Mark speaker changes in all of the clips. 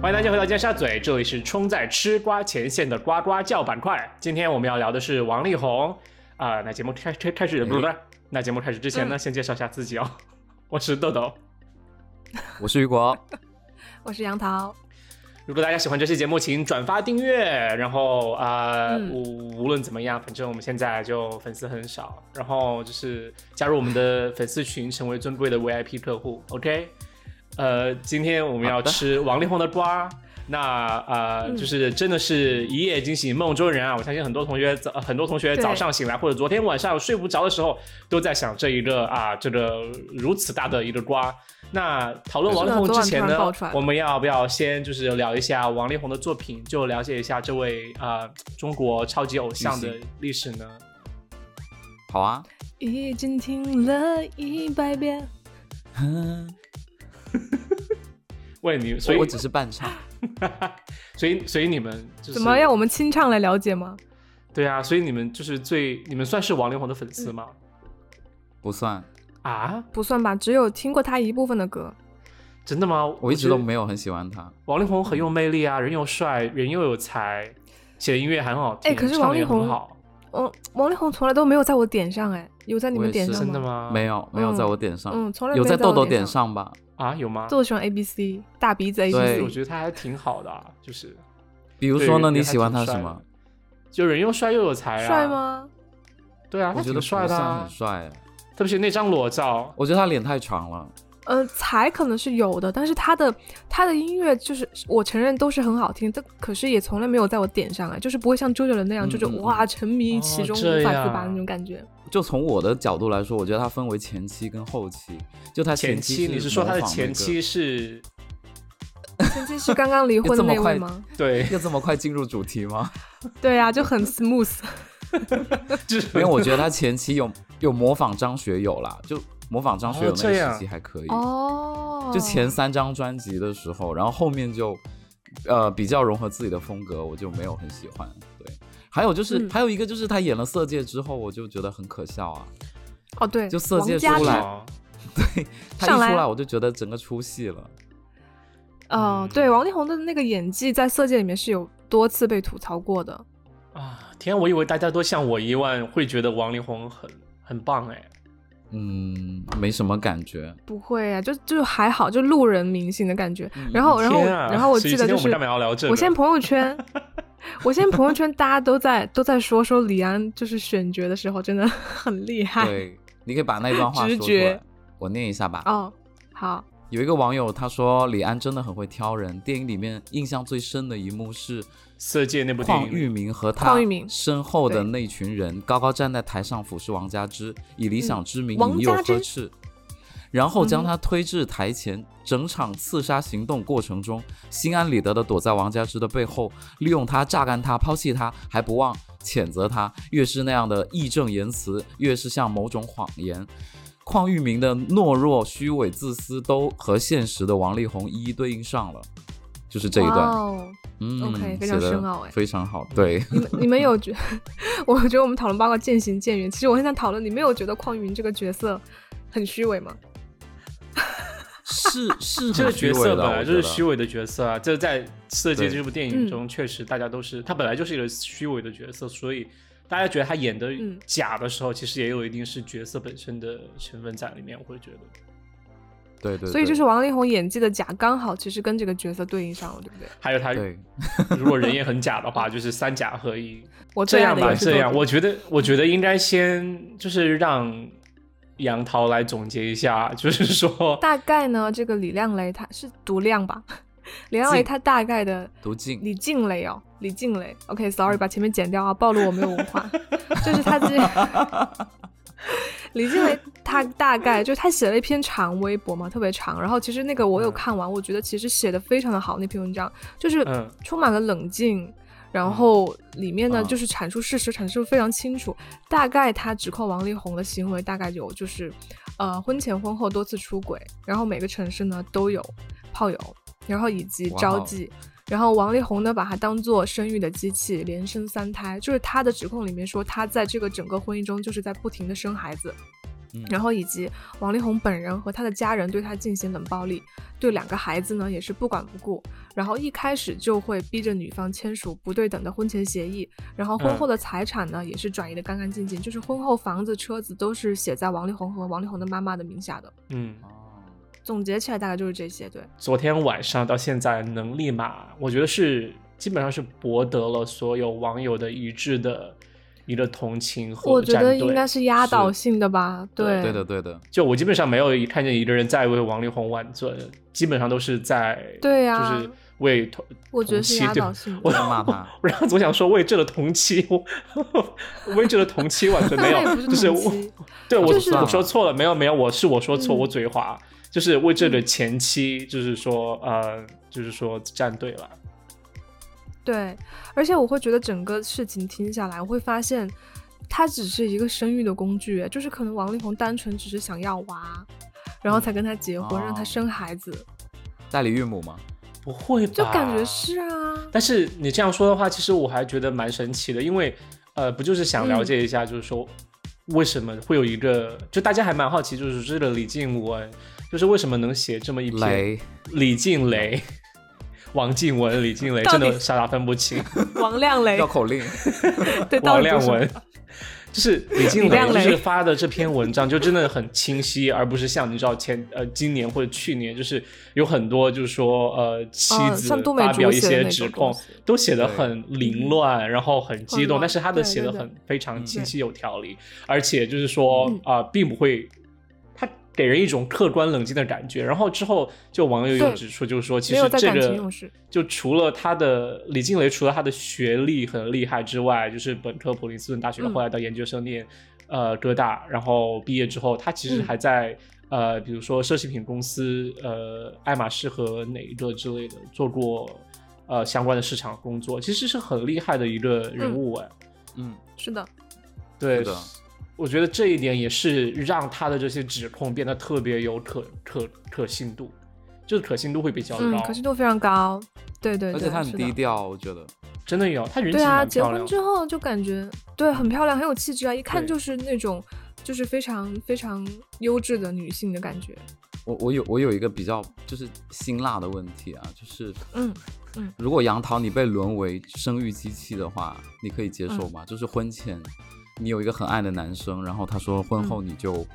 Speaker 1: 欢迎大家回到尖沙咀，这里是冲在吃瓜前线的呱呱叫板块。今天我们要聊的是王力宏啊、那节目开开开始，不是不是，那节目开始之前呢，先介绍一下自己哦。我是豆豆。
Speaker 2: 我是雨果，
Speaker 3: 我是杨桃，
Speaker 1: 如果大家喜欢这期节目，请转发订阅。然后啊，
Speaker 3: 嗯
Speaker 1: 无、无论怎么样，反正我们现在就粉丝很少。然后就是加入我们的粉丝群，成为尊贵的 VIP 客户。OK，呃，今天我们要
Speaker 2: 好的
Speaker 1: 吃王力宏的瓜。那呃，
Speaker 3: 嗯
Speaker 1: 就是真的是一夜惊醒梦中人啊！我相信很多同学早，很多同学
Speaker 3: 对
Speaker 1: 早上醒来或者昨天晚上睡不着的时候，都在想这一个啊，这个如此大的一个瓜。那讨论王力宏之前
Speaker 3: 是的昨晚突
Speaker 1: 呢
Speaker 3: 然爆出来，了
Speaker 1: 我们要不要先就是聊一下王力宏的作品，就了解一下这位啊、呃中国超级偶像的
Speaker 2: 明
Speaker 1: 历史呢？
Speaker 2: 好啊。
Speaker 3: 已经听了一百遍。
Speaker 1: 为你，所
Speaker 2: 我
Speaker 1: 以
Speaker 2: 只是伴唱，
Speaker 1: 所以所以你们就是
Speaker 3: 怎么让我们清唱来了解吗？
Speaker 1: 对啊，所以你们就是最你们算是王力宏的粉丝吗？
Speaker 2: 不算，
Speaker 3: 嗯
Speaker 1: 啊，
Speaker 3: 不算吧，只有听过他一部分的歌。
Speaker 1: 真的吗？
Speaker 2: 我一直
Speaker 1: 觉
Speaker 2: 都
Speaker 1: 得
Speaker 2: 没有很喜欢他。
Speaker 1: 王力宏很有魅力啊，人又帅，人又有才，写的音乐还很好听，
Speaker 3: 哎可是
Speaker 1: 唱
Speaker 3: 王
Speaker 1: 得
Speaker 3: 力
Speaker 1: 也很
Speaker 3: 宏
Speaker 1: 好，
Speaker 3: 王哦王力宏从来都没有在我点上，哎，有在你们点
Speaker 2: 我也是
Speaker 3: 上
Speaker 1: 真的
Speaker 3: 吗？
Speaker 1: 吗？
Speaker 2: 没有，没有在我点上，
Speaker 3: 嗯，从来
Speaker 2: 啊
Speaker 3: 没
Speaker 2: 有
Speaker 3: 在
Speaker 2: 在豆豆
Speaker 3: 我
Speaker 2: 点
Speaker 3: 点。
Speaker 2: 上吧？
Speaker 1: 啊，有吗？
Speaker 3: 豆豆喜欢 A B C，大鼻子 A
Speaker 2: 对
Speaker 3: B
Speaker 1: 我
Speaker 3: C。
Speaker 1: 觉得他还挺好的、啊，就是
Speaker 2: 比如说呢，
Speaker 1: 对
Speaker 2: 你喜欢他
Speaker 1: 还挺
Speaker 2: 什
Speaker 1: 帅
Speaker 2: 么
Speaker 1: 的？？就人又帅又有才啊，
Speaker 3: 帅？吗？
Speaker 1: 对啊，
Speaker 2: 我
Speaker 1: 他
Speaker 2: 觉
Speaker 1: 挺
Speaker 2: 得不
Speaker 1: 帅的、
Speaker 2: 算
Speaker 1: 啊
Speaker 2: 很，帅，
Speaker 1: 特别是那张裸照，
Speaker 2: 我觉得他脸太长了。
Speaker 3: 呃，才可能是有的，但是他的他的音乐就是我承认都是很好听，但可是也从来没有在我点上哎，就是不会像周杰伦那样，
Speaker 2: 嗯
Speaker 3: 就是
Speaker 2: 嗯嗯
Speaker 3: 哇沉迷其中
Speaker 1: 哦这
Speaker 3: 无法自拔
Speaker 1: 样
Speaker 3: 那种感觉。
Speaker 2: 就从我的角度来说，我觉得他分为前期跟后期。就他
Speaker 1: 前
Speaker 2: 期
Speaker 1: 妻，你是说他的
Speaker 2: 模仿那
Speaker 1: 前
Speaker 2: 个
Speaker 1: 妻 是？
Speaker 3: 前期是刚刚离婚的
Speaker 2: 这么
Speaker 3: 那
Speaker 2: 快
Speaker 3: 位吗？
Speaker 1: 对，
Speaker 2: 要这么快进入主 题吗？
Speaker 3: 对呀、就很 smooth。
Speaker 1: 就是
Speaker 2: 因为我觉得他前期有有模仿张学友啦，就模仿张学友
Speaker 1: 哦
Speaker 2: 那
Speaker 1: 这
Speaker 2: 个
Speaker 1: 样
Speaker 2: 时期还可以。
Speaker 3: 哦，
Speaker 2: 就前三张专辑的时候，然后后面就呃比较融合自己的风格，我就没有很喜欢。对，还有就是、
Speaker 3: 嗯
Speaker 2: 还有一个就是他演了《色戒》之后，我就觉得很可笑啊。
Speaker 3: 哦对，
Speaker 2: 就色戒
Speaker 3: 王家
Speaker 2: 出来
Speaker 3: 之
Speaker 1: 哦
Speaker 2: 他
Speaker 3: 上
Speaker 2: 一
Speaker 3: 来
Speaker 2: 出来，我就觉得整个出戏了。
Speaker 3: 哦
Speaker 1: 嗯
Speaker 3: 对，王力宏的那个演技在《色戒》里面是有多次被吐槽过的。
Speaker 1: 啊！天啊，我以为大家都像我一样会觉得王力宏很很棒哎，
Speaker 2: 嗯，没什么感觉。
Speaker 3: 不会啊，就就还好，就路人明星的感觉。然后，哦然后，
Speaker 1: 天啊！
Speaker 3: 然后我
Speaker 1: 所以
Speaker 3: 记
Speaker 1: 今
Speaker 3: 得
Speaker 1: 天
Speaker 3: 就
Speaker 1: 我们
Speaker 3: 是
Speaker 1: 干嘛要聊这个？
Speaker 3: 我现在朋友圈，我现在朋友圈大家都在都在说说李安就是选角的时候真的很厉害
Speaker 2: 对，你可以把那段话
Speaker 3: 直
Speaker 2: 说出
Speaker 3: 觉
Speaker 2: 来，我念一下吧。
Speaker 3: 哦。好，
Speaker 2: 有一个网友他说，李安真的很会挑人。电影里面印象最深的一幕是
Speaker 1: 色戒那部电
Speaker 2: 邝
Speaker 1: 影
Speaker 2: 玉
Speaker 1: 里，
Speaker 2: 明和他
Speaker 3: 邝裕民
Speaker 2: 身后的
Speaker 3: 对
Speaker 2: 那群人高高站在台上俯视王佳芝，以理想之名
Speaker 3: 嗯王
Speaker 2: 引诱
Speaker 3: 佳芝
Speaker 2: 呵斥，然后将
Speaker 3: 嗯
Speaker 2: 他推至台前。整场刺杀行动过程中，心安理得地躲在王佳芝的背后，利用他、榨干他、抛弃他，还不忘谴责他。越是那样的义正言辞，越是像某种谎言。邝裕民的懦弱、虚伪、自私，都和现实的王力宏一一对应上了，就是这一
Speaker 3: 哇
Speaker 2: 段。
Speaker 3: 哦
Speaker 2: 嗯
Speaker 3: OK，非
Speaker 2: 写
Speaker 3: 常
Speaker 2: 得
Speaker 3: 深奥哎
Speaker 2: 非常好，对，
Speaker 3: 你们你们有觉？ 我觉得我们讨论八卦渐行渐远。其实我很想讨论，你没有觉得邝裕民这个角色很虚伪吗？
Speaker 2: 是是
Speaker 1: 这个
Speaker 2: 很
Speaker 1: 角
Speaker 2: 虚
Speaker 1: 色
Speaker 2: 伪
Speaker 1: 本
Speaker 2: 的，
Speaker 1: 来
Speaker 2: 我
Speaker 1: 就是
Speaker 2: 觉得
Speaker 1: 虚伪的角色啊，这在《色戒》
Speaker 2: 对
Speaker 1: 这部电影
Speaker 3: 嗯
Speaker 1: 中，确实大家都是他本来就是一个虚伪的角色，所以大家觉得他演的
Speaker 3: 嗯
Speaker 1: 假的时候，其实也有一定是角色本身的成分在里面。我会觉得，
Speaker 2: 对对，
Speaker 3: 所以
Speaker 2: 对
Speaker 3: 就是王力宏演技的假，刚好其实跟这个角色对应上了，对不对？
Speaker 1: 还有他
Speaker 2: 对，
Speaker 1: 如果人也很假的话，就是三假合 一。
Speaker 3: 我
Speaker 1: 这
Speaker 3: 最爱
Speaker 1: 样
Speaker 3: 的
Speaker 1: 吧，
Speaker 3: 也是
Speaker 1: 这样，
Speaker 3: 豆豆
Speaker 1: 我觉得，我觉得应该先就是让杨桃来总结一下， 就是说，
Speaker 3: 大概呢，这个李亮雷他是读亮吧？ 李亮雷
Speaker 2: 静
Speaker 3: 他大概的
Speaker 2: 读镜
Speaker 3: 李静蕾哦，李静蕾。OK，sorry，、把前面剪掉啊，暴露我没有文化。就是他这李静蕾，他大概就是他写了一篇长微博嘛，特别长。然后其实那个我有看完，我觉得其实写的非常的好，那篇文章就是
Speaker 1: 嗯
Speaker 3: 充满了冷静。然后里面呢，
Speaker 2: 嗯
Speaker 3: 就是阐述事实，阐述得非常清楚。大概他指控王力宏的行为，大概有就是，呃，婚前婚后多次出轨，然后每个城市呢都有炮友，然后以及
Speaker 2: 哇
Speaker 3: 招
Speaker 2: 哦
Speaker 3: 妓，然后王力宏呢，把他当做生育的机器，连生三胎。就是他的指控里面说，他在这个整个婚姻中就是在不停的生孩子，
Speaker 2: 嗯
Speaker 3: 然后以及王力宏本人和他的家人对他进行冷暴力，对两个孩子呢也是不管不顾，然后一开始就会逼着女方签署不对等的婚前协议，然后婚
Speaker 1: 嗯
Speaker 3: 后的财产呢也是转移的干干净净，就是婚后房子、车子都是写在王力宏和王力宏的妈妈的名下的。
Speaker 1: 嗯，
Speaker 2: 哦
Speaker 3: 总结起来大概就是这些，对，
Speaker 1: 昨天晚上到现在，能力码我觉得是基本上是博得了所有网友的一致的一个同情和
Speaker 3: 我觉
Speaker 1: 站
Speaker 3: 得
Speaker 1: 队。
Speaker 3: 应该是压
Speaker 2: 是
Speaker 3: 倒性的吧，对，
Speaker 2: 对的，对 的，
Speaker 1: 就我基本上没有看见一个人在为王力宏挽尊，基本上都是在
Speaker 3: 对啊呀
Speaker 1: 就是为同
Speaker 3: 我觉得
Speaker 1: 同
Speaker 3: 是
Speaker 1: 期
Speaker 3: 压
Speaker 1: 对
Speaker 3: 倒性
Speaker 1: 我
Speaker 3: 的。
Speaker 2: 在骂他
Speaker 1: 我刚刚总想说为这了同期，我为这了同期挽尊
Speaker 3: 但
Speaker 1: 没
Speaker 3: 那也
Speaker 1: 有，
Speaker 3: 不
Speaker 1: 就是是
Speaker 3: 同
Speaker 1: 我
Speaker 3: 期，
Speaker 1: 对我、
Speaker 3: 就是
Speaker 1: 我说错了，没有没有，我是我说错，
Speaker 3: 嗯
Speaker 1: 我嘴滑，就是为这个前期就是说呃就是说站队了，
Speaker 3: 对，而且我会觉得整个事情听下来，我会发现，它只是一个生育的工具，就是可能王力宏单纯只是想要娃，然后才跟他结婚，让
Speaker 1: 嗯
Speaker 3: 他
Speaker 2: 哦
Speaker 3: 生孩子，
Speaker 2: 代理孕母嘛，
Speaker 1: 不会吧？
Speaker 3: 就感觉是啊，
Speaker 1: 但是你这样说的话，其实我还觉得蛮神奇的，因为呃，不就是想
Speaker 3: 嗯
Speaker 1: 了解一下，就是说为什么会有一个，就大家还蛮好奇，就是这个李静文，就是为什么能写这么一篇
Speaker 2: 雷
Speaker 1: 李静蕾、王静文、李静蕾，
Speaker 3: 到
Speaker 1: 真
Speaker 3: 底
Speaker 1: 的傻傻分不 清，
Speaker 3: 王亮雷
Speaker 2: 绕口令，
Speaker 3: 对，到
Speaker 1: 王
Speaker 3: 底
Speaker 1: 亮
Speaker 3: 为什么
Speaker 1: 文。就是李静
Speaker 3: 李
Speaker 1: 蕾，
Speaker 3: 亮
Speaker 1: 就
Speaker 3: 蕾
Speaker 1: 是发的这篇文章，就真的很清晰，而不是像你知道前呃今年或者去年，就是有很多就是说呃妻
Speaker 3: 嗯
Speaker 1: 子
Speaker 3: 像杜美
Speaker 1: 发
Speaker 3: 竹
Speaker 1: 表一
Speaker 3: 写的
Speaker 1: 些
Speaker 3: 那
Speaker 1: 指
Speaker 3: 种
Speaker 1: 控
Speaker 3: 东西，
Speaker 1: 都写的
Speaker 2: 对
Speaker 1: 很凌乱，然后很激
Speaker 3: 很
Speaker 1: 动，
Speaker 3: 乱
Speaker 1: 但是他的
Speaker 3: 对
Speaker 1: 写的
Speaker 3: 对对
Speaker 1: 很非常
Speaker 2: 嗯
Speaker 1: 清
Speaker 3: 对
Speaker 1: 晰有条理，而且就是说
Speaker 3: 嗯
Speaker 1: 啊、呃并不会，他给人一种客观冷静的感觉。然后之后就网友有
Speaker 3: 对
Speaker 1: 指出，就是说其
Speaker 3: 没
Speaker 1: 实
Speaker 3: 有在
Speaker 1: 这
Speaker 3: 感
Speaker 1: 个
Speaker 3: 情用事
Speaker 1: 就除了他的李静蕾，除了他的学历很厉害之外，就是本科普林斯顿大学，
Speaker 3: 嗯
Speaker 1: 后来到研究生念呃哥大，然后毕业之后，他其实
Speaker 3: 嗯
Speaker 1: 还在。呃，比如说奢侈品公司，呃，爱马仕和哪一个之类的，做过呃相关的市场工作，其实是很厉害的一个人物哎、
Speaker 2: 嗯，
Speaker 3: 是的，
Speaker 1: 对
Speaker 2: 是的，
Speaker 1: 我觉得这一点也是让他的这些指控变得特别有可可可信度，就是可信度会比较高。
Speaker 3: 嗯，可信度非常高，对对
Speaker 2: 而
Speaker 3: 对，
Speaker 2: 且他很
Speaker 3: 是的
Speaker 2: 低调，我觉得，
Speaker 1: 真的有，他人其
Speaker 3: 对
Speaker 1: 实
Speaker 3: 啊，
Speaker 1: 蛮
Speaker 3: 结
Speaker 1: 漂
Speaker 3: 婚
Speaker 1: 亮的。
Speaker 3: 之后就感觉对很漂亮，很有气质啊，一看
Speaker 1: 对
Speaker 3: 就是那种就是非常非常优质的女性的感觉。
Speaker 2: 我我有我有一个比较就是辛辣的问题啊，就是
Speaker 3: 嗯，
Speaker 2: 如果杨桃你被沦为生育机器的话，你可以接
Speaker 3: 嗯
Speaker 2: 受吗？就是婚前你有一个很爱的男生，然后他说婚后你就、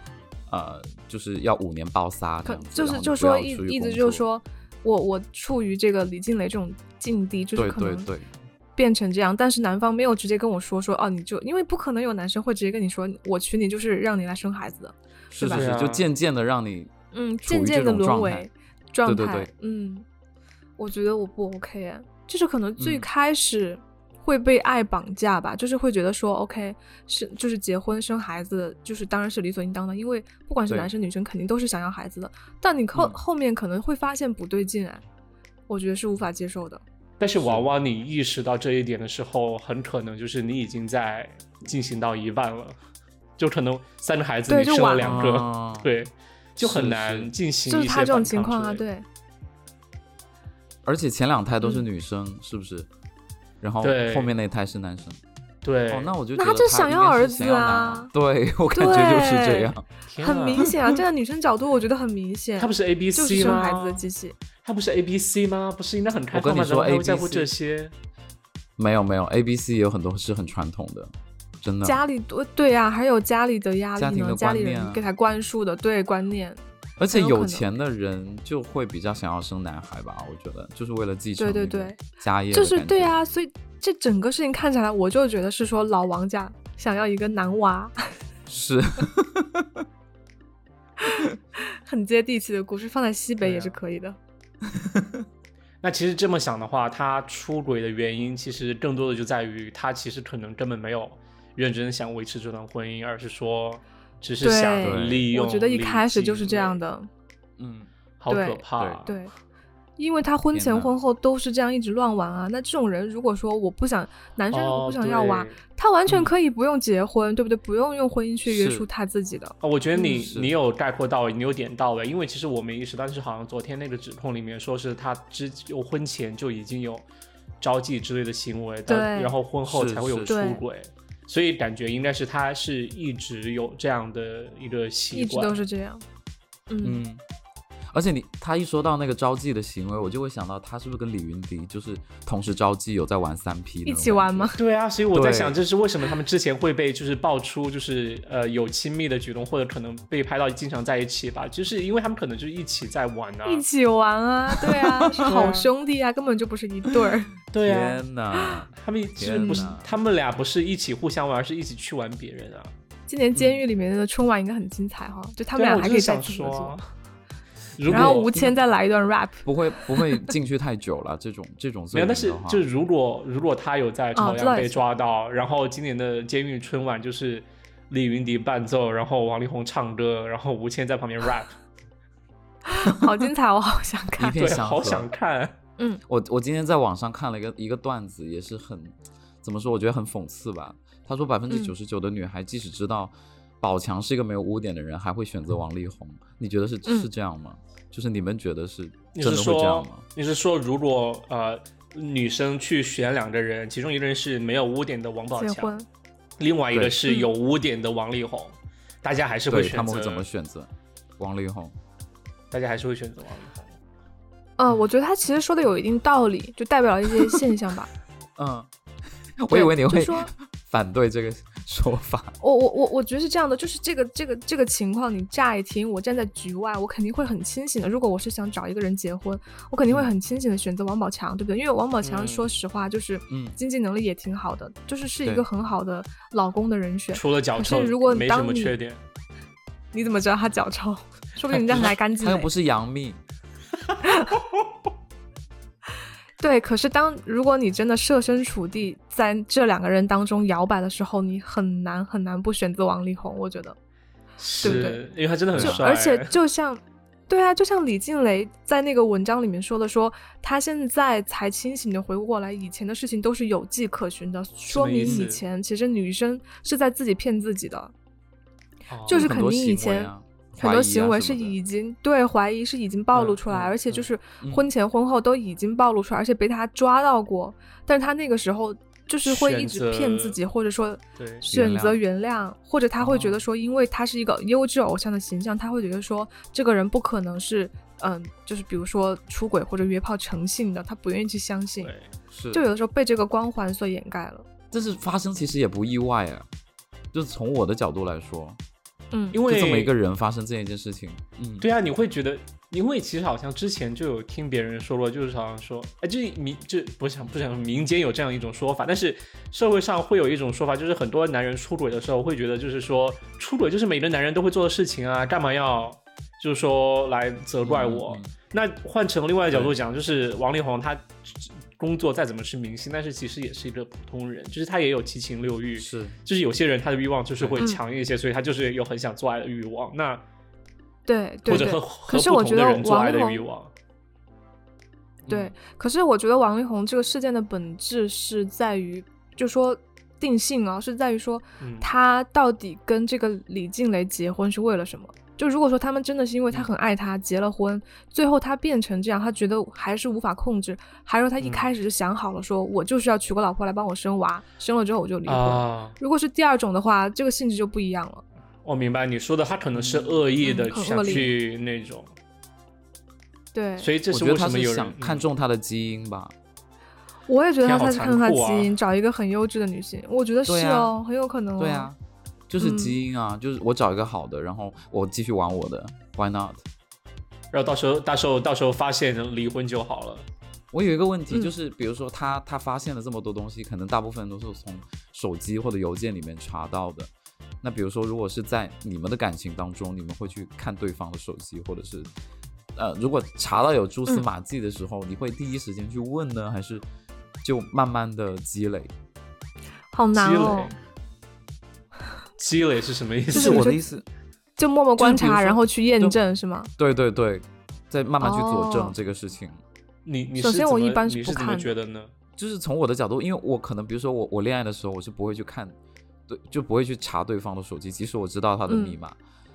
Speaker 2: 呃就是要五年包仨这
Speaker 3: 可
Speaker 2: 样子，
Speaker 3: 就是
Speaker 2: 然后你
Speaker 3: 就
Speaker 2: 不
Speaker 3: 说
Speaker 2: 要
Speaker 3: 一
Speaker 2: 出去
Speaker 3: 一直
Speaker 2: 工
Speaker 3: 就
Speaker 2: 作
Speaker 3: 说我我处于这个李静蕾这种境地，就是
Speaker 2: 对
Speaker 3: 可
Speaker 2: 对
Speaker 3: 能
Speaker 2: 对，
Speaker 3: 变成这样，但是男方没有直接跟我说说哦，你就因为不可能有男生会直接跟你说我娶你就是让你来生孩子的，
Speaker 2: 是
Speaker 3: 吧
Speaker 2: 是
Speaker 1: 啊
Speaker 2: 是，就渐渐的让你
Speaker 3: 嗯，
Speaker 2: 处于
Speaker 3: 渐渐的
Speaker 2: 这种
Speaker 3: 沦
Speaker 2: 状
Speaker 3: 为
Speaker 2: 态
Speaker 3: 状态，
Speaker 2: 对对对
Speaker 3: 嗯，我觉得我不 OK，哎就是可能最
Speaker 2: 嗯
Speaker 3: 开始会被爱绑架吧，就是会觉得说 OK 是就是结婚生孩子就是当然是理所应当的，因为不管是
Speaker 2: 对
Speaker 3: 男生女生肯定都是想要孩子的，但你后、
Speaker 2: 嗯
Speaker 3: 后面可能会发现不对劲哎，我觉得是无法接受的，
Speaker 1: 但是往往你意识到这一点的时候，很可能就是你已经在进行到一半了，就可能三个孩子
Speaker 3: 对
Speaker 1: 你
Speaker 3: 就
Speaker 1: 生了
Speaker 3: 晚
Speaker 1: 两个，
Speaker 2: 啊
Speaker 1: 对，就很
Speaker 2: 是
Speaker 1: 难
Speaker 2: 是
Speaker 1: 进行
Speaker 3: 就
Speaker 1: 一
Speaker 3: 是他
Speaker 1: 些
Speaker 3: 这种
Speaker 1: 反
Speaker 3: 情
Speaker 1: 抗
Speaker 3: 况
Speaker 1: 之
Speaker 3: 啊，
Speaker 1: 类的。
Speaker 3: 对
Speaker 2: 而且前两胎都是
Speaker 3: 嗯
Speaker 2: 女生，是不是？然后
Speaker 1: 对
Speaker 2: 后面那胎是男生。
Speaker 1: 对
Speaker 2: 哦，那我就
Speaker 3: 那
Speaker 2: 觉
Speaker 3: 他
Speaker 2: 得
Speaker 3: 就想
Speaker 2: 应
Speaker 3: 要
Speaker 2: 该是
Speaker 3: 儿
Speaker 2: 想
Speaker 3: 子
Speaker 2: 要男
Speaker 3: 啊
Speaker 2: 孩对我感觉就是这
Speaker 3: 对
Speaker 2: 样。
Speaker 1: 天
Speaker 3: 很
Speaker 1: 啊
Speaker 3: 明显啊， 站在女生角度，我觉得很明显，
Speaker 1: 他不是 A B
Speaker 3: 就是
Speaker 1: C
Speaker 3: 生
Speaker 1: 吗？
Speaker 3: 孩子的机器。
Speaker 1: 他不是 A B C 吗？不是应该很开放吗？
Speaker 2: 我跟你说
Speaker 1: 咱们还会在乎
Speaker 2: ABC
Speaker 1: 这些？
Speaker 2: 没有没有，A B C 也有很多是很传统的，真的。
Speaker 3: 家里多对呀、还有家里的压
Speaker 2: 嗯家
Speaker 3: 力
Speaker 2: 庭
Speaker 3: 呢，
Speaker 2: 的
Speaker 3: 家里
Speaker 2: 观念
Speaker 3: 人
Speaker 2: 啊
Speaker 3: 给他灌输的对观念，
Speaker 2: 而且
Speaker 3: 很有可
Speaker 2: 有
Speaker 3: 能
Speaker 2: 钱的人就会比较想要生男孩吧，我觉得就是为了继承
Speaker 3: 对对
Speaker 2: 那个
Speaker 3: 对
Speaker 2: 家业的
Speaker 3: 就
Speaker 2: 感觉，
Speaker 3: 是对啊，所以这整个事情看起来，我就觉得是说老王家想要一个男娃，
Speaker 2: 是
Speaker 3: 很接地气的故事，放在西北
Speaker 1: 对啊
Speaker 3: 也是可以的。
Speaker 1: 那其实这么想的话，他出轨的原因其实更多的就在于他其实可能根本没有认真想维持这段婚姻，而是说只是想
Speaker 3: 对
Speaker 1: 利用。
Speaker 3: 我觉得一开始就是这样，的，
Speaker 2: 嗯，
Speaker 1: 好可
Speaker 3: 对
Speaker 1: 怕。啊
Speaker 3: 对。因为他婚
Speaker 2: 天
Speaker 3: 前
Speaker 2: 哪
Speaker 3: 婚后都是这样一直乱玩啊，那这种人如果说我不想，男生如果
Speaker 1: 哦，
Speaker 3: 不
Speaker 1: 对
Speaker 3: 想要娃，他完全
Speaker 2: 嗯
Speaker 3: 可以不用结婚，对不对？不用用婚姻去约
Speaker 2: 是
Speaker 3: 束他自己的。
Speaker 1: 啊，我觉得
Speaker 3: 嗯
Speaker 1: 你、
Speaker 2: 是
Speaker 1: 你有概括到位，你有点到位，因为其实我没意识，但是好像昨天那个指控里面说是他之有婚前就已经有招妓之类的行为，但
Speaker 3: 对
Speaker 1: 然后婚后
Speaker 2: 是
Speaker 1: 才会有
Speaker 2: 是
Speaker 1: 出
Speaker 3: 对
Speaker 1: 轨，所以感觉应该是他是一直有这样的一个习
Speaker 3: 一
Speaker 1: 惯，
Speaker 3: 直都是这样。嗯，
Speaker 2: 嗯，而且你他一说到那个招妓的行为，我就会想到他是不是跟李云迪就是同时招妓，有在玩三 P
Speaker 3: 一起玩吗？？
Speaker 1: 对啊，所以我在
Speaker 2: 对
Speaker 1: 想，这是为什么他们之前会被就是爆出就是呃有亲密的举动，或者可能被拍到经常在一起吧，就是因为他们可能就是一起在玩啊。
Speaker 3: 一起玩啊，对 啊，是好兄弟啊，根本就不是一对儿。
Speaker 1: 对啊，
Speaker 2: 天哪！
Speaker 1: 他们就是不是
Speaker 2: 天哪
Speaker 1: 他们俩不是一起互相玩，而是一起去玩别人啊。
Speaker 3: 今年监狱里面的春晚应该很精彩哈、就他们
Speaker 1: 对啊
Speaker 3: 俩
Speaker 1: 我
Speaker 3: 还
Speaker 1: 就
Speaker 3: 可以
Speaker 1: 是
Speaker 3: 再
Speaker 1: 想
Speaker 3: 组合
Speaker 1: 说
Speaker 3: 作
Speaker 1: 啊。，如
Speaker 3: 然后
Speaker 1: 果
Speaker 3: 吴谦再来一段 rap，
Speaker 2: 不会不会进去太久了，这种这种
Speaker 1: 没
Speaker 2: 罪
Speaker 1: 有，
Speaker 2: 名
Speaker 1: 但是
Speaker 2: 的话
Speaker 1: 就是如果如果他有在朝
Speaker 3: 哦知道
Speaker 1: 阳被
Speaker 3: 意思
Speaker 1: 抓到，然后今年的监狱春晚就是李云迪伴奏，然后王力宏唱歌，然后吴谦在旁边
Speaker 3: 啊
Speaker 1: rap，
Speaker 3: 好精彩，我哦好想
Speaker 2: 一
Speaker 3: 看。
Speaker 2: 片
Speaker 1: 对，
Speaker 2: 祥
Speaker 1: 好
Speaker 2: 和。
Speaker 1: 想看。
Speaker 2: 我我今天在网上看了一个一个段子，也是很怎么说？我觉得很讽刺吧。他
Speaker 3: 嗯
Speaker 2: 说百分之九十九的女孩即使知道宝强是一个没有污点的人，还会选择王力宏。你觉得是、
Speaker 3: 嗯
Speaker 2: 是这样吗？就是你们觉得是
Speaker 1: 你
Speaker 2: 真
Speaker 1: 是
Speaker 2: 的会这
Speaker 1: 说
Speaker 2: 样吗？
Speaker 1: 你是说如果呃女生去选两个人，其中一个人是没有污点的王宝
Speaker 3: 结
Speaker 1: 强
Speaker 3: 婚，，
Speaker 1: 另外一个
Speaker 2: 对
Speaker 1: 是有污点的王力宏，大家还是会
Speaker 2: 对
Speaker 1: 选
Speaker 2: 他们会怎
Speaker 1: 择
Speaker 2: 么，选择？王力宏，
Speaker 1: 大家还是会选择王力宏。
Speaker 3: 呃，我觉得他其实说的有一定道理，就代表了一些现象吧。
Speaker 2: 嗯， 我以为你
Speaker 3: 就
Speaker 2: 会
Speaker 3: 说
Speaker 2: 反对这个 说法。
Speaker 3: 我我我我觉得是这样的，就是这个这个这个情况，你乍一听，我站在局外，我肯定会很清醒的。如果我是想找一个人结婚，我肯定
Speaker 2: 嗯
Speaker 3: 会很清醒的选择王宝强，对不对？因为王宝强
Speaker 1: 嗯
Speaker 3: 说实话就是
Speaker 2: 嗯
Speaker 3: 经济能力也挺好的，就是是一
Speaker 2: 对
Speaker 3: 个很好的老公的人 选。
Speaker 1: 除了脚
Speaker 3: 可是
Speaker 1: 臭，
Speaker 3: 如果
Speaker 1: 没什
Speaker 3: 当
Speaker 1: 么
Speaker 3: 你
Speaker 1: 缺点，
Speaker 3: 你怎么知道他脚臭？说不定人家还干净
Speaker 2: 他
Speaker 3: 嘞。
Speaker 2: 又不是杨幂，
Speaker 3: 对，可是当如果你真的设身处地在这两个人当中摇摆的时候，你很难很难不选择王力宏，我觉得。
Speaker 1: 是
Speaker 3: 对
Speaker 1: 因为他真的很
Speaker 3: 就
Speaker 1: 帅，
Speaker 3: 而且就像，对啊，就像李静蕾在那个文章里面说的说，她现在才清醒的回顾过来，以前的事情都是有迹可循的，说
Speaker 1: 么意
Speaker 3: 明以
Speaker 1: 思
Speaker 3: 前其实女生是在自己骗自己的，
Speaker 1: 哦
Speaker 3: 就是
Speaker 2: 很
Speaker 3: 肯
Speaker 2: 多
Speaker 3: 定以
Speaker 2: 行为
Speaker 3: 前
Speaker 2: 啊怀
Speaker 3: 很
Speaker 2: 疑
Speaker 3: 多
Speaker 2: 啊
Speaker 3: 行为
Speaker 2: 什
Speaker 3: 是
Speaker 2: 么的
Speaker 3: 已经、对怀疑是已经暴露
Speaker 2: 嗯
Speaker 3: 出来，
Speaker 2: 嗯
Speaker 3: 而且就是
Speaker 2: 嗯
Speaker 3: 婚前婚后都已经暴露出来，而且被他抓到过，但是他那个时候就是会一
Speaker 1: 选
Speaker 3: 直
Speaker 1: 择
Speaker 3: 骗自己，或者说
Speaker 1: 对
Speaker 3: 选择
Speaker 2: 原
Speaker 3: 原谅，或者他会觉
Speaker 2: 哦
Speaker 3: 得说，因为他是一个优质偶像的形象，他会觉得说这个人不可能是嗯，就是比如说出轨或者约炮成性的，他不愿意去相信，
Speaker 1: 对。
Speaker 2: 是
Speaker 3: 就有的时候被这个光环所掩盖了。
Speaker 2: 但是发生其实也不意外啊，就是从我的角度来说，
Speaker 3: 嗯，
Speaker 1: 因为
Speaker 2: 就这么一个人发生这样一件事情，嗯，
Speaker 1: 对啊，你会觉得，因为其实好像之前就有听别人说过，就是好像说，哎，就是民，就不想不想说民间有这样一种说法，但是社会上会有一种说法，就是很多男人出轨的时候会觉得，就是说出轨就是每个男人都会做的事情啊，干嘛要就是说来责
Speaker 2: 嗯
Speaker 1: 怪我？
Speaker 2: 嗯
Speaker 1: 那换成另外一个角度
Speaker 2: 对
Speaker 1: 讲，就是王力宏他工作再怎么是明星，但是其实也是一个普通人，就是他也有七情六欲，
Speaker 2: 是
Speaker 1: 就是有些人他的欲望就是会
Speaker 3: 嗯
Speaker 1: 强一些，所以他就是有很想做爱的欲望。那
Speaker 3: 对
Speaker 1: 或
Speaker 3: 对
Speaker 1: 者
Speaker 3: 对
Speaker 1: 和。
Speaker 3: 可
Speaker 1: 和
Speaker 3: 是
Speaker 1: 不
Speaker 3: 我
Speaker 1: 同
Speaker 3: 觉
Speaker 1: 的
Speaker 3: 得
Speaker 1: 人做
Speaker 3: 王
Speaker 1: 爱
Speaker 3: 力
Speaker 1: 的
Speaker 3: 宏
Speaker 1: 欲望。
Speaker 3: 对，
Speaker 1: 嗯
Speaker 3: 可是我觉得王力宏这个事件的本质是在于，就说定性啊，是在于说
Speaker 1: 嗯，
Speaker 3: 他到底跟这个李静蕾结婚是为了什么？就如果说他们真的是因为
Speaker 1: 嗯
Speaker 3: 他很爱他结了婚，最后他变成这样，他觉得还是无法控制，还是说他一
Speaker 1: 嗯
Speaker 3: 开始就想好了说，我就是要娶个老婆来帮我生娃，生了之后我就离婚。
Speaker 1: 啊，
Speaker 3: 如果是第二种的话，这个性质就不一样了。
Speaker 1: 我哦明白你说的，他可能是恶意的
Speaker 3: 嗯很
Speaker 1: 想
Speaker 3: 恶劣
Speaker 1: 去那种，
Speaker 3: 对，
Speaker 1: 所以这
Speaker 2: 我
Speaker 1: 是
Speaker 2: 觉得
Speaker 1: 为
Speaker 2: 他
Speaker 1: 什么有
Speaker 2: 是
Speaker 1: 人嗯
Speaker 2: 想看中他的基因吧，
Speaker 3: 我也觉得他
Speaker 1: 天啊
Speaker 3: 他是看中他
Speaker 1: 好
Speaker 3: 基
Speaker 1: 残酷啊
Speaker 3: 因，找一个很优质的女性，我觉得是
Speaker 2: 对啊
Speaker 3: 哦，很有可能、哦。嗯
Speaker 2: 对啊，，就是基因啊，就是我找一个好的，然后我继续玩我的，Why not？
Speaker 1: 嗯然后到时候到时候到时候发现离婚就好了。
Speaker 2: 我有一个问题，
Speaker 3: 嗯
Speaker 2: 就是比如说他他发现了这么多东西，可能大部分都是从手机或者邮件里面查到的。那比如说，如果是在你们的感情当中，你们会去看对方的手机，或者是呃，如果查到有蛛丝
Speaker 3: 嗯
Speaker 2: 马迹的时候，你会第一时间去问呢，还是就慢慢的积累？
Speaker 3: 好
Speaker 1: 积
Speaker 3: 难哦
Speaker 1: 累，，积累是什么意
Speaker 2: 就
Speaker 3: 就
Speaker 1: 思
Speaker 2: 是
Speaker 3: 是？你
Speaker 2: 我
Speaker 3: 就
Speaker 2: 的意思，
Speaker 3: 就默默观
Speaker 2: 就是比如
Speaker 3: 察，
Speaker 2: 说
Speaker 3: 然后去验
Speaker 2: 就
Speaker 3: 证是吗？
Speaker 2: 对对对，再慢慢去佐
Speaker 3: 哦
Speaker 2: 证这个事情。
Speaker 1: 你你
Speaker 3: 首
Speaker 1: 是
Speaker 3: 先
Speaker 1: 怎
Speaker 3: 我一
Speaker 1: 么
Speaker 3: 般是
Speaker 1: 你
Speaker 3: 不
Speaker 1: 是怎么
Speaker 3: 看
Speaker 1: 觉得呢？
Speaker 2: 就是从我的角度，因为我可能比如说我我恋爱的时候，我是不会去看，对，就不会去查对方的手机，即使我知道他的
Speaker 3: 嗯
Speaker 2: 密码，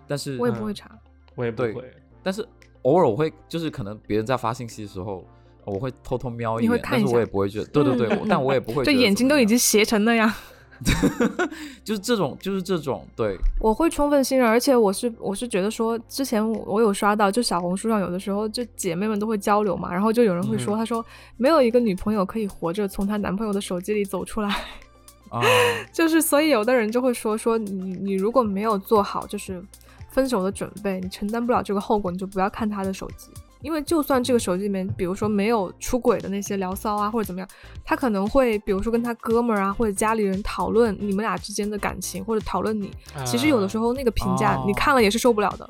Speaker 2: 但是
Speaker 3: 我也
Speaker 1: 嗯
Speaker 3: 不会查。
Speaker 1: 我也不
Speaker 2: 对
Speaker 1: 会，
Speaker 2: 但是偶尔我会就是可能别人在发信息的时候，我会偷偷瞄一
Speaker 3: 你
Speaker 2: 眼，
Speaker 3: 会看一
Speaker 2: 但
Speaker 3: 下
Speaker 2: 是我也不会觉得，对对对，
Speaker 3: 嗯嗯
Speaker 2: 我
Speaker 3: 嗯
Speaker 2: 但我也不会，
Speaker 3: 就眼睛都已经。斜成那样。
Speaker 2: 就是这种，就是这种，对，
Speaker 3: 我会充分信任，而且我是我是觉得说，之前我我有刷到，就小红书上有的时候就姐妹们都会交流嘛，然后就有人会说，
Speaker 1: 嗯
Speaker 3: 她说没有一个女朋友可以活着从她男朋友的手机里走出来，
Speaker 2: 啊，
Speaker 3: 就是所以有的人就会说说你你如果没有做好就是分手的准备，你承担不了这个后果，你就不要看他的手机，因为就算这个手机里面，比如说没有出轨的那些聊骚啊或者怎么样，他可能会比如说跟他哥们儿啊或者家里人讨论你们俩之间的感情，或者讨论你，其实有的时
Speaker 1: 候，
Speaker 3: 候那个评价、
Speaker 2: 啊哦
Speaker 3: 你看了也是受不了的，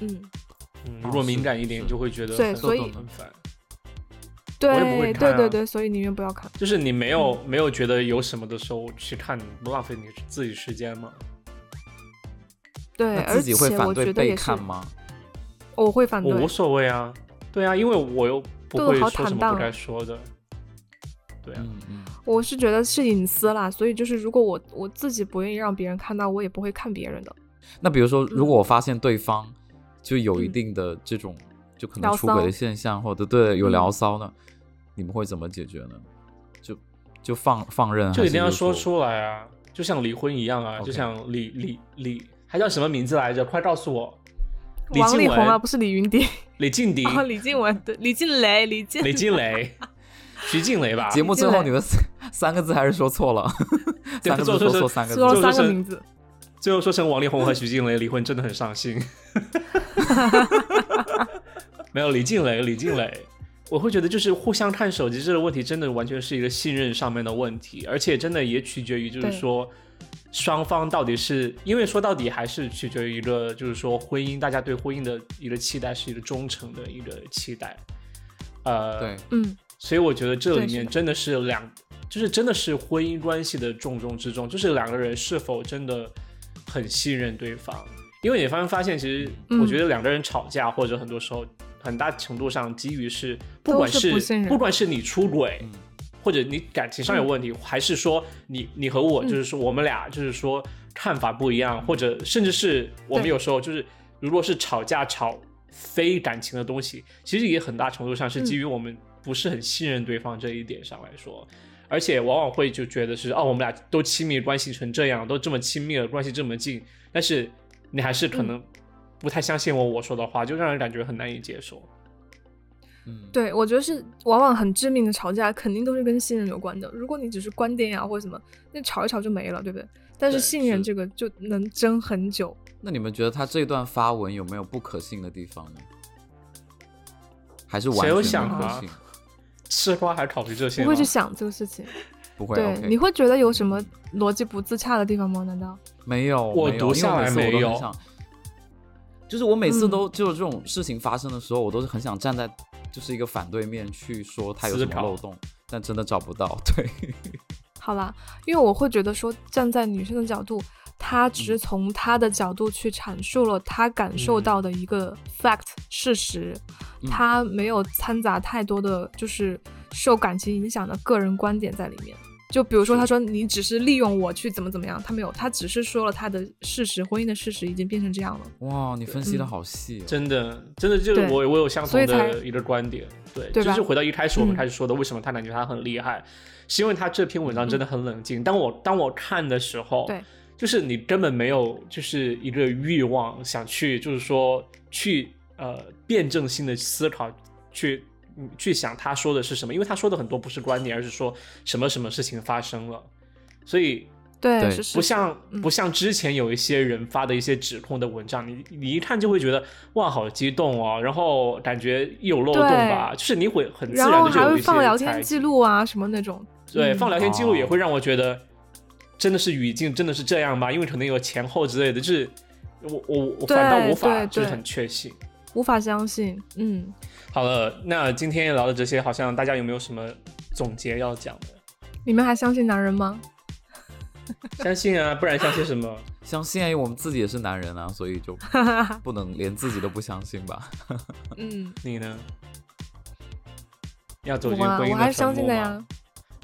Speaker 3: 嗯，
Speaker 1: 嗯如果敏感一点，就会觉得
Speaker 3: 对
Speaker 1: 很
Speaker 3: 所以
Speaker 1: 很烦。
Speaker 3: 对、
Speaker 1: 也不会看
Speaker 3: 对
Speaker 1: 啊
Speaker 3: 对对，所以宁愿不要看。
Speaker 1: 就是你没有、没有觉得有什么的时候去看，你不浪费你自己时间吗？
Speaker 3: 对，
Speaker 2: 那
Speaker 3: 而
Speaker 2: 自己
Speaker 3: 且
Speaker 2: 会反
Speaker 3: 我觉
Speaker 2: 对
Speaker 3: 得
Speaker 2: 被
Speaker 3: 也是哦
Speaker 2: 看，吗？
Speaker 3: 我会反
Speaker 1: 我
Speaker 3: 对
Speaker 1: 无，所谓啊，对啊，因为我又不
Speaker 3: 对
Speaker 1: 会
Speaker 3: 好
Speaker 1: 说什
Speaker 3: 坦
Speaker 1: 么
Speaker 3: 荡
Speaker 1: 不
Speaker 3: 啊
Speaker 1: 该说的。对啊，
Speaker 2: 嗯嗯，
Speaker 3: 我是觉得是隐私啦，所以就是如果我我自己不愿意让别人看到，我也不会看别人的。
Speaker 2: 那比如说，
Speaker 3: 嗯
Speaker 2: 如果我发现对方就有一
Speaker 3: 嗯
Speaker 2: 定的这种，就可能
Speaker 3: 聊
Speaker 2: 出轨
Speaker 3: 骚
Speaker 2: 的现象，或者对有
Speaker 3: 嗯
Speaker 2: 聊骚呢，你们会怎么解决呢？就就放放任，
Speaker 1: 就
Speaker 2: 还
Speaker 1: 一定
Speaker 2: 是
Speaker 1: 要
Speaker 2: 说
Speaker 1: 说出来啊，就像离婚一样啊
Speaker 2: OK
Speaker 1: 就像李李李，还叫什么名字来着？快告诉我！李
Speaker 3: 王
Speaker 1: 静
Speaker 3: 力宏啊，
Speaker 1: 雯
Speaker 3: 不是李云迪，
Speaker 1: 李静迪、
Speaker 3: 哦，李静雯，对，李静蕾，李静，
Speaker 1: 雷金雷、徐静蕾吧？
Speaker 2: 节目
Speaker 3: 进
Speaker 2: 最后
Speaker 3: 来
Speaker 2: 你们 三三个字还是说错了，
Speaker 1: 对
Speaker 2: 三个字
Speaker 1: 做
Speaker 2: 说
Speaker 1: 错
Speaker 2: 错
Speaker 1: 事
Speaker 2: 三个
Speaker 3: 说
Speaker 2: 字
Speaker 3: 了，三
Speaker 1: 就是
Speaker 3: 个名字，
Speaker 1: 最后说成王力宏和徐静蕾离婚，真的很伤心。没有李静蕾，李静蕾，我会觉得就是互相看手机这个问题，真的完全是一个信任上面的问题，而且真的也取决于就是
Speaker 3: 对
Speaker 1: 说双方到底是因为说到底还是取决于一个就是说婚姻，大家对婚姻的一个期待是一个忠诚的一个期待，呃，
Speaker 2: 对，
Speaker 3: 嗯，
Speaker 1: 所以我觉得这里
Speaker 3: 对是
Speaker 1: 面
Speaker 3: 的
Speaker 1: 真的是两，就是真的是婚姻关系的重中之重，就是两个人是否真的很信任对方。因为你发发现，其实
Speaker 3: 嗯
Speaker 1: 我觉得两个人吵架，或者很多时候很大程度上基于是，不
Speaker 3: 都
Speaker 1: 管
Speaker 3: 是
Speaker 1: 是
Speaker 3: 不信任
Speaker 1: 管是你出轨
Speaker 2: 嗯，
Speaker 1: 或者你感情上有问题，还是说你你和我
Speaker 3: 嗯
Speaker 1: 就是说我们俩就是说看法不一样，或者甚至是我们
Speaker 3: 对
Speaker 1: 有时候就是如果是吵架吵非感情的东西，其实也很大程度
Speaker 3: 嗯
Speaker 1: 上是基于我们不是很信任对方这一点上来说，而且往往会就觉得是哦，我们俩都亲密关系成这样，都这么亲密了，关系这么近，但是你还是可
Speaker 3: 嗯
Speaker 1: 能不太相信我我说的话，就让人感觉很难以接受。
Speaker 2: 嗯，
Speaker 3: 对，我觉得是往往很致命的吵架，肯定都是跟信任有关的。如果你只是观点呀、啊或者什么，那吵一吵就没了，对不对？但是
Speaker 1: 对
Speaker 3: 信任
Speaker 2: 是
Speaker 3: 这个就能争很久。
Speaker 2: 那你们觉得他这段发文有没有不可信的地方呢？还是完
Speaker 1: 谁有
Speaker 2: 全
Speaker 1: 想
Speaker 2: 不可
Speaker 1: 啊
Speaker 2: 信？
Speaker 1: 吃瓜还考虑这些
Speaker 3: 不
Speaker 1: 吗？
Speaker 3: 会去想这个事情，
Speaker 2: 不会
Speaker 3: 对，
Speaker 2: ，OK，
Speaker 3: 你会觉得有什么逻辑不自洽的地方吗？难道？
Speaker 2: 没有，
Speaker 1: 我
Speaker 2: 没有
Speaker 1: 读下来
Speaker 2: 因为每次
Speaker 1: 没
Speaker 2: 我都
Speaker 1: 有
Speaker 2: 很想，就是我每次
Speaker 3: 嗯
Speaker 2: 都就是这种事情发生的时候，我都是很想站在就是一个反对面去说他有
Speaker 1: 思
Speaker 2: 什么
Speaker 1: 考
Speaker 2: 漏洞，但真的找不到。 对，
Speaker 3: 好啦，因为我会觉得说，站在女生的角度，她只
Speaker 1: 嗯
Speaker 3: 是从她的角度去阐述了她感受到的一个 fact、事实，
Speaker 2: 嗯
Speaker 3: 她没有掺杂太多的就是受感情影响的个人观点在里面。就比如说，
Speaker 2: 是
Speaker 3: 她说你只是利用我去怎么怎么样，她没有，她只是说了她的事实，婚姻的事实已经变成这样了。
Speaker 2: 哇，你分析的
Speaker 3: 嗯
Speaker 2: 好细、哦，
Speaker 1: 真的，真的就是
Speaker 3: 对
Speaker 1: 我我有相
Speaker 3: 所
Speaker 1: 同
Speaker 3: 以才
Speaker 1: 的一个观点，对，
Speaker 3: 对
Speaker 1: 就
Speaker 3: 吧
Speaker 1: 是回到一开始我们
Speaker 3: 嗯
Speaker 1: 开始说的，为什么他感觉他很厉害，是因为他这篇文章真的很冷静。当我当我看的时候，
Speaker 3: 嗯对，
Speaker 1: 就是你根本没有就是一个欲望想去，就是说去呃辩证性的思考，去嗯去想他说的是什么，因为他说的很多不是观点，而是说什么什么事情发生了，所以
Speaker 3: 对，
Speaker 2: 对
Speaker 3: 是是
Speaker 1: 不像
Speaker 3: 嗯
Speaker 1: 不像之前有一些人发的一些指控的文章，你你一看就会觉得哇，好激动哦，然后感觉一有漏洞吧，就是你会很自
Speaker 3: 然
Speaker 1: 然
Speaker 3: 后
Speaker 1: 的就
Speaker 3: 还
Speaker 1: 有
Speaker 3: 会
Speaker 1: 一些
Speaker 3: 放聊
Speaker 1: 猜
Speaker 3: 天
Speaker 1: 忌
Speaker 3: 记，录啊什么那种。
Speaker 1: 对，
Speaker 3: 嗯
Speaker 1: 放聊天记录也
Speaker 2: 哦
Speaker 1: 会让我觉得真的是语境真的是这样吗？因为可能有前后之类的，就是我我我
Speaker 3: 对
Speaker 1: 反倒无法
Speaker 3: 对
Speaker 1: 就是
Speaker 3: 对
Speaker 1: 很确信。
Speaker 3: 无法相信，嗯，
Speaker 1: 好了，那今天聊的这些，好像大家有没有什么总结要讲的？
Speaker 3: 你们还相信男人吗？
Speaker 1: 相信啊，不然相信什么？
Speaker 2: 相信哎，我们自己也是男人啊，所以 就不能连自己都不相信吧。
Speaker 3: 嗯，
Speaker 1: 你呢？要走进
Speaker 3: 我啊，
Speaker 1: 婚姻
Speaker 3: 我
Speaker 1: 的
Speaker 3: 还是
Speaker 1: 沉
Speaker 3: 相信
Speaker 1: 默
Speaker 3: 的
Speaker 1: 吗
Speaker 3: 呀，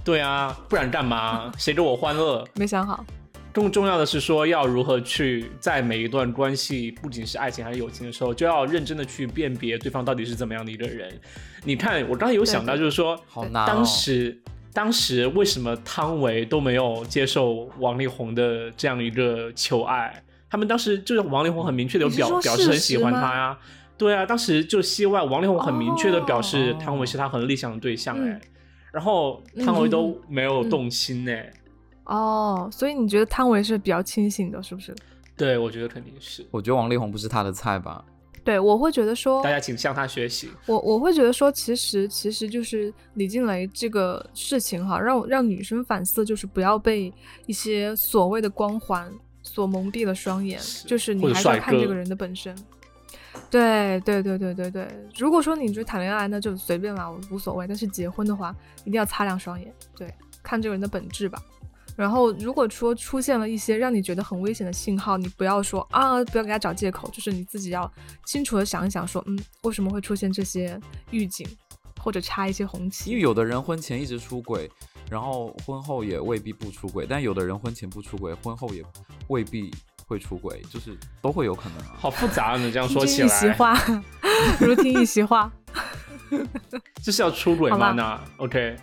Speaker 1: 对啊，不然干嘛？谁给我欢乐？
Speaker 3: 没想好。
Speaker 1: 更重要的是说，要如何去在每一段关系，不仅是爱情还是友情的时候，就要认真的去辨别对方到底是怎么样的一个人。你看，我刚才有想到，
Speaker 3: 对
Speaker 1: 就是说，
Speaker 2: 好
Speaker 3: 对
Speaker 2: 难、哦，
Speaker 1: 当时当时为什么汤唯都没有接受王力宏的这样一个求爱？他们当时就是王力宏很明确的
Speaker 3: 你是
Speaker 1: 表
Speaker 3: 说
Speaker 1: 表示很
Speaker 3: 事
Speaker 1: 喜
Speaker 3: 实
Speaker 1: 欢
Speaker 3: 吗
Speaker 1: 他呀、对啊，当时就戏外王力宏很明确的表示
Speaker 2: 哦
Speaker 1: 汤唯是他很理想的对象哎、
Speaker 3: 嗯
Speaker 1: 然后汤唯
Speaker 3: 嗯
Speaker 1: 都没有
Speaker 3: 嗯
Speaker 1: 动心哎、
Speaker 3: 哦，所以你觉得汤唯是比较清醒的，是不是？
Speaker 1: 对我觉得肯定是，
Speaker 2: 我觉得王力宏不是他的菜吧？
Speaker 3: 对，我会觉得说，
Speaker 1: 大家请向他学习。
Speaker 3: 我我会觉得说，其实其实就是李静蕾这个事情哈，让我让女生反思，就是不要被一些所谓的光环所蒙蔽了双眼，
Speaker 1: 是
Speaker 3: 就是
Speaker 1: 或者
Speaker 3: 你还是要
Speaker 1: 帅
Speaker 3: 看这
Speaker 1: 哥
Speaker 3: 个人的本身。对对对对对对，如果说你就谈恋爱，那就随便啦，我无所谓。但是结婚的话，一定要擦亮双眼，对，看这个人的本质吧。然后，如果说出现了一些让你觉得很危险的信号，你不要说啊，不要给他找借口，就是你自己要清楚的想一想说，嗯，为什么会出现这些预警，或者插一些红
Speaker 2: 因为
Speaker 3: 旗。
Speaker 2: 有的人婚前一直出轨，然后婚后也未必不出轨，但有的人婚前不出轨，婚后也未必会出轨，就是都会有可能啊。
Speaker 1: 好复杂啊！你这样说
Speaker 3: 听
Speaker 1: 起
Speaker 3: 君一席
Speaker 1: 来，
Speaker 3: 话， 如听一席话。
Speaker 1: 这是要出轨
Speaker 3: 好
Speaker 1: 吗？
Speaker 3: 吧
Speaker 1: 那 OK，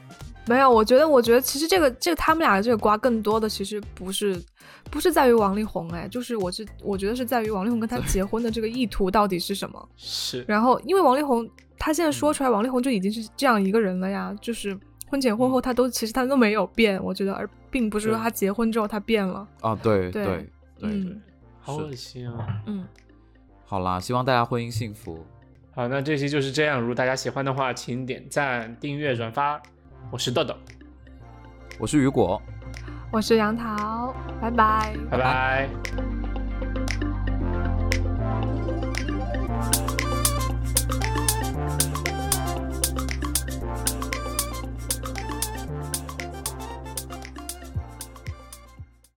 Speaker 3: 没有，我觉得，我觉得其实这个这个他们俩的这个瓜，更多的其实不是不是在于王力宏，哎，就是我是我觉得是在于王力宏跟他结婚的这个意图到底是什么。
Speaker 1: 是
Speaker 3: 然后，因为王力宏他现在说出来，王力宏就已经是这样一个人了呀，就是婚前婚后他都其实他都没有变，我觉得，而并不是说
Speaker 1: 对
Speaker 3: 他结婚之后他变了。
Speaker 2: 啊，对
Speaker 3: 对
Speaker 2: 对对，
Speaker 3: 嗯
Speaker 1: 好恶心啊！
Speaker 3: 嗯，
Speaker 2: 好啦，希望大家婚姻幸福。
Speaker 1: 好，那这期就是这样。如果大家喜欢的话，请点赞、订阅、转发。我是豆豆，
Speaker 2: 我是雨果。
Speaker 3: 我是杨桃，拜拜。
Speaker 1: 拜拜。
Speaker 2: 拜